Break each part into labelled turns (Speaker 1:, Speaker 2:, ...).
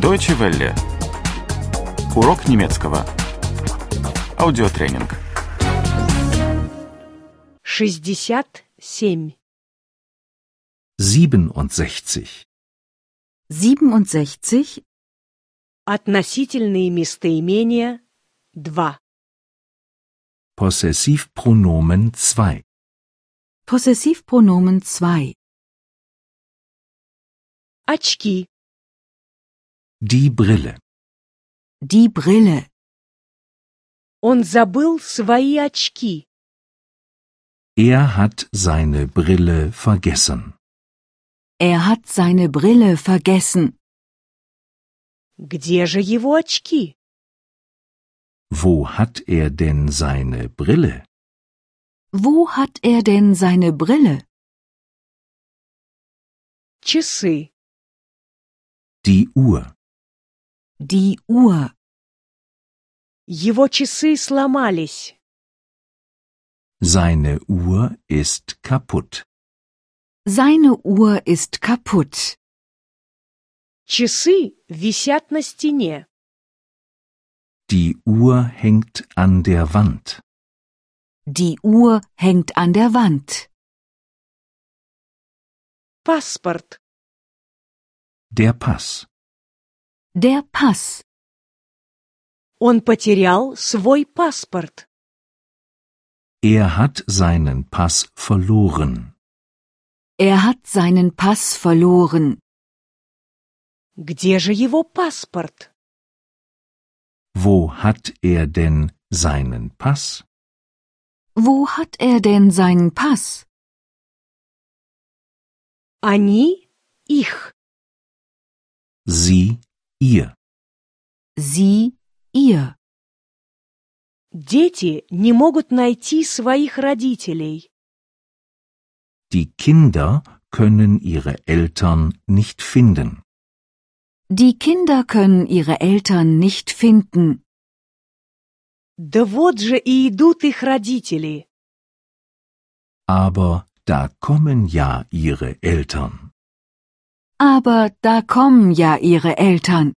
Speaker 1: Deutsche Welle. Урок немецкого. Аудиотренинг.
Speaker 2: 67.
Speaker 3: 67.
Speaker 4: 67
Speaker 2: Относительные местоимения 2.
Speaker 3: Possessivpronomen 2.
Speaker 4: Possessivpronomen 2
Speaker 2: Очки,
Speaker 3: Die Brille.
Speaker 4: Die Brille
Speaker 2: Он забыл свои очки.
Speaker 3: Er hat seine Brille vergessen.
Speaker 4: Er hat seine Brille vergessen
Speaker 2: Где же его очки?
Speaker 3: Wo hat er denn seine Brille?
Speaker 4: Wo hat er denn seine Brille?
Speaker 2: Часы,
Speaker 3: Die Uhr.
Speaker 4: Die Uhr
Speaker 2: его часы сломались.
Speaker 3: Seine Uhr ist kaputt.
Speaker 4: Seine Uhr ist kaputt
Speaker 2: Часы висят на стене.
Speaker 3: Die Uhr hängt an der Wand.
Speaker 4: Die Uhr hängt an der Wand
Speaker 2: Паспорт,
Speaker 3: Der Pass.
Speaker 4: Der Pass
Speaker 2: Он потерял свой паспорт.
Speaker 3: Er hat seinen Pass verloren.
Speaker 4: Er hat seinen Pass verloren
Speaker 2: Где же его паспорт?
Speaker 3: Wo hat er denn seinen Pass?
Speaker 4: Wo hat er denn seinen Pass?
Speaker 2: Они, их.
Speaker 3: Sie, ihr.
Speaker 4: Sie Ihr
Speaker 2: Дети не могут найти своих родителей.
Speaker 3: Die Kinder können ihre Eltern nicht finden.
Speaker 4: Die Kinder können ihre Eltern nicht finden
Speaker 2: Да вот же и идут их родители.
Speaker 3: Aber da kommen ja ihre Eltern.
Speaker 4: Aber da kommen ja ihre Eltern.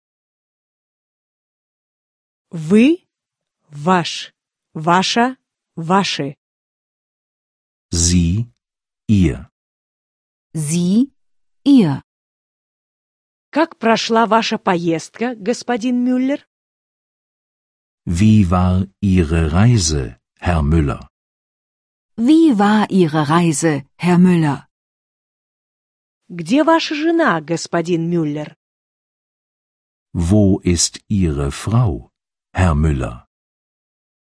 Speaker 2: Вы, ваш, ваша, ваши.
Speaker 3: Sie, ihr.
Speaker 4: Sie, ihr.
Speaker 2: Как прошла ваша поездка, господин Мюллер?
Speaker 3: Wie war Ihre Reise, Herr Müller?
Speaker 4: Wie war Ihre Reise, Herr Müller?
Speaker 2: Где ваша жена, господин Мюллер?
Speaker 3: Wo ist Ihre Frau, Herr Müller?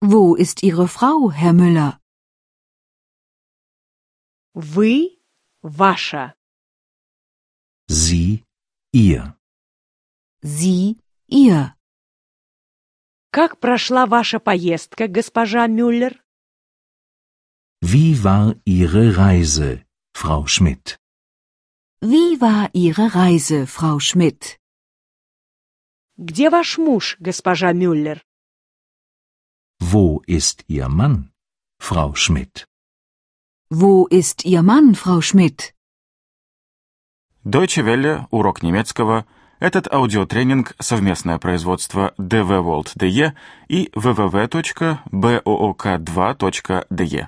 Speaker 4: Wo ist Ihre Frau, Herr Müller?
Speaker 2: Вы, ваша.
Speaker 3: Sie, ihr.
Speaker 4: Sie, ihr.
Speaker 2: Как прошла ваша поеzdка, госпожа Мюллер?
Speaker 3: Wie war Ihre Reise, Frau Schmidt?
Speaker 4: Wie war Ihre Reise, Frau Schmidt?
Speaker 2: Где ваш муж, госпожа Мюллер?
Speaker 3: Wo ist Ihr Mann, Frau Schmidt?
Speaker 4: Wo ist Ihr Mann, Frau Schmidt?
Speaker 1: Deutsche Welle. Урок немецкого. Этот аудиотренинг – совместное производство DW World DE и www.book2.de.